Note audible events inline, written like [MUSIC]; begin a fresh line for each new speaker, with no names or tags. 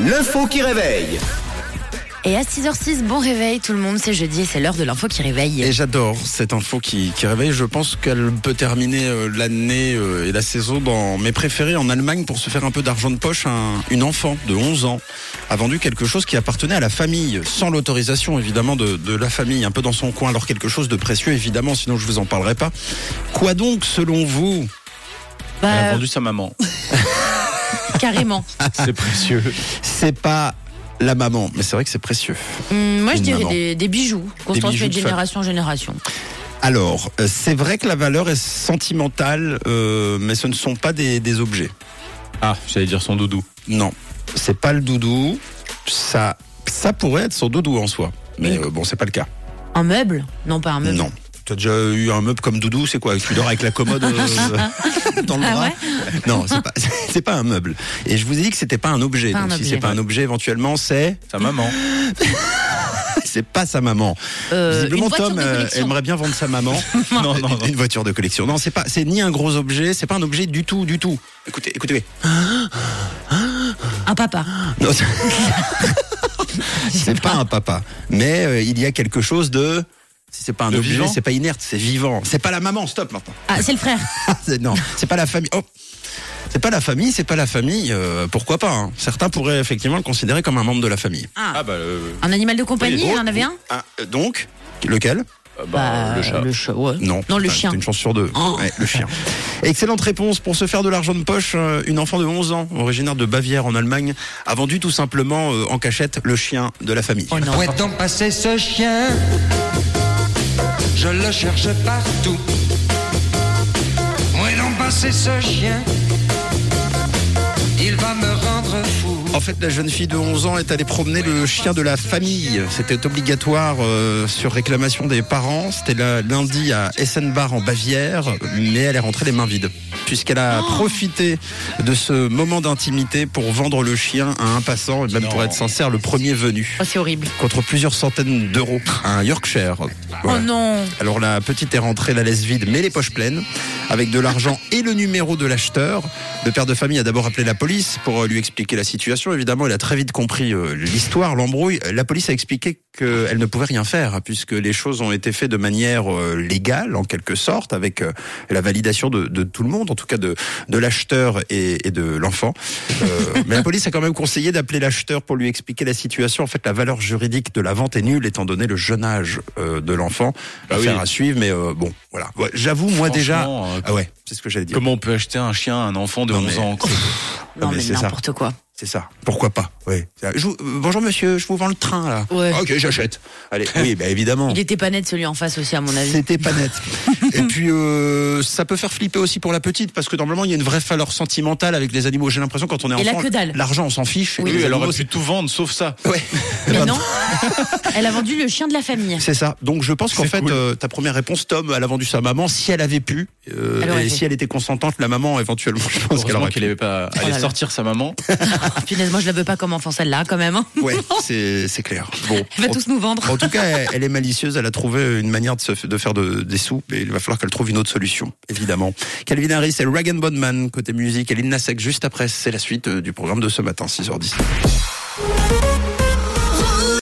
L'info qui réveille.
Et à 6h06, bon réveil tout le monde, c'est jeudi et c'est l'heure de l'info qui réveille.
Et j'adore cette info qui, qui réveille. Je pense qu'elle peut terminer euh, l'année euh, et la saison dans mes préférés en Allemagne pour se faire un peu d'argent de poche. Un- une enfant de 11 ans a vendu quelque chose qui appartenait à la famille, sans l'autorisation évidemment de, de la famille, un peu dans son coin. Alors quelque chose de précieux évidemment, sinon je vous en parlerai pas. Quoi donc selon vous
Elle a
Bah,
vendu sa maman.
carrément.
C'est précieux.
Ah. C'est pas la maman, mais c'est vrai que c'est précieux.
Hum, moi, je
Une
dirais
maman.
des, des bijoux qu'on
Des
transmet
bijoux
de
de femme.
génération en génération.
Alors, euh, c'est vrai que la valeur est sentimentale, euh, mais ce ne sont pas des- des objets.
Ah, j'allais dire son doudou.
Non, c'est pas le doudou. Ça, ça pourrait être son doudou en soi. Mais euh, bon, c'est pas le cas.
Un meuble Non, pas un meuble.
Non. T'as déjà eu un meuble comme doudou, c'est quoi Tu dors avec la commode euh, [LAUGHS] dans le
Ah
bras
ouais
Non, c'est pas, [LAUGHS] c'est pas un meuble. Et je vous ai dit que c'était pas un objet.
Pas un
Donc si
objet.
c'est pas un objet, éventuellement, c'est
Sa maman.
[LAUGHS] c'est pas sa maman.
Euh, une
Visiblement,
voiture
Tom
de
euh,
collection.
aimerait bien vendre sa
[LAUGHS]
maman.
non, non, non.
Une voiture de collection. Non, c'est pas, c'est ni un gros objet, c'est pas un objet du tout, du tout. Écoutez, écoutez.
Un papa.
Non, [LAUGHS] c'est- c'est pas un papa, mais euh, il y a quelque chose de. Si c'est pas un
De
objet,
vivant
c'est pas inerte, c'est vivant. C'est pas la maman, stop maintenant. [LAUGHS]
Ah, c'est le frère.
C'est- non, c'est pas la famille. Oh, c'est pas la famille, c'est pas la famille. euh, pourquoi pas hein. Certains pourraient effectivement le considérer comme un membre de la famille.
Ah,
Ah bah, euh,
Un animal de compagnie,
Oui,
il
oh,
en avait un
ah, euh, Donc, lequel
bah,
Bah,
le chat.
ouais.
Non.
Non, le
Enfin,
chien.
C'est une chance sur deux.
Oh.
Ouais, le chien. Excellente réponse. Pour se faire de l'argent de poche, euh, une enfant de 11 ans, originaire de Bavière en Allemagne, a vendu tout simplement euh, en cachette le chien de la famille.
Oh non.
Où est Ah donc passé ce chien Je le cherche partout. Où est donc passé ce chien Il va me rendre fou.
En fait, la jeune fille de 11 ans est allée promener le chien de la famille. C'était obligatoire euh, sur réclamation des parents. C'était la- lundi à Essenbach en Bavière, mais elle est rentrée les mains vides. Puisqu'elle a profité de ce moment d'intimité pour vendre le chien à un passant, et même pour
Non.
être sincère, le premier venu,
Oh, c'est horrible.
contre plusieurs centaines d'euros, un Yorkshire.
Oh
Voilà.
non.
Alors la petite est rentrée la laisse vide mais les poches pleines, avec de l'argent et le numéro de l'acheteur. Le père de famille a d'abord appelé la police pour euh, lui expliquer la situation. Évidemment, il a très vite compris euh, l'histoire, l'embrouille. La police a expliqué qu'elle ne pouvait rien faire puisque les choses ont été faites de manière euh, légale en quelque sorte, avec euh, la validation de, de tout le monde, en tout cas de, de l'acheteur et, et de l'enfant.
[LAUGHS]
Euh, mais la police a quand même conseillé d'appeler l'acheteur pour lui expliquer la situation. En fait, la valeur juridique de la vente est nulle étant donné le jeune âge euh, de l'enfant
Ah
Bah
affaire
oui.
à suivre, mais euh, bon, voilà. Ouais, J'avoue, moi déjà.
Franchement, euh,
Ah ouais, c'est ce que j'allais dire.
Comment on peut acheter un chien à un enfant de
Non,
11
mais-
ans quoi
Non,
Ah, mais
mais
c'est ça.
n'importe quoi.
C'est ça. Pourquoi pas Ouais. C'est- Je vous- euh, bonjour monsieur, je vous vends le train là.
Ouais.
Ah, Ok, j'achète. Allez,
[LAUGHS]
oui, bah évidemment.
Il était pas net celui en face aussi, à mon avis.
C'était pas
[LAUGHS]
net. Et puis euh, ça peut faire flipper aussi pour la petite parce que normalement il y a une vraie valeur sentimentale avec les animaux. J'ai l'impression quand on est
Et là,
enfant,
que dalle.
l'argent on s'en fiche.
Oui.
Et les
Oui, elle aurait
animaux,
pu tout vendre sauf ça.
c'est- Ouais.
[LAUGHS] Mais non, [LAUGHS] elle a vendu le chien de la famille.
C'est ça. Donc je pense qu'en
C'est
fait,
cool.
euh, ta première réponse, Tom, elle a vendu sa maman. Si elle avait pu, euh,
Elle aurait
et
fait.
si elle était consentante, la maman éventuellement, je pense qu'elle
Heureusement
aurait
qu'elle n'avait pas
Oh là là.
allé sortir sa maman.
Ah, Punaise, moi je la veux pas comme enfant celle-là quand même. hein.
pu.
[LAUGHS]
Ouais, c'est c'est clair. Bon,
Elle va
en-
tous nous vendre.
En tout cas, elle, elle est malicieuse, elle a trouvé une manière de, se, f- de faire de- des sous, et il va falloir qu'elle trouve une autre solution, évidemment. Calvin Harris et Rag Bondman, côté musique, et Lil Nas X, juste après, c'est la suite euh, du programme de ce matin, 6h10.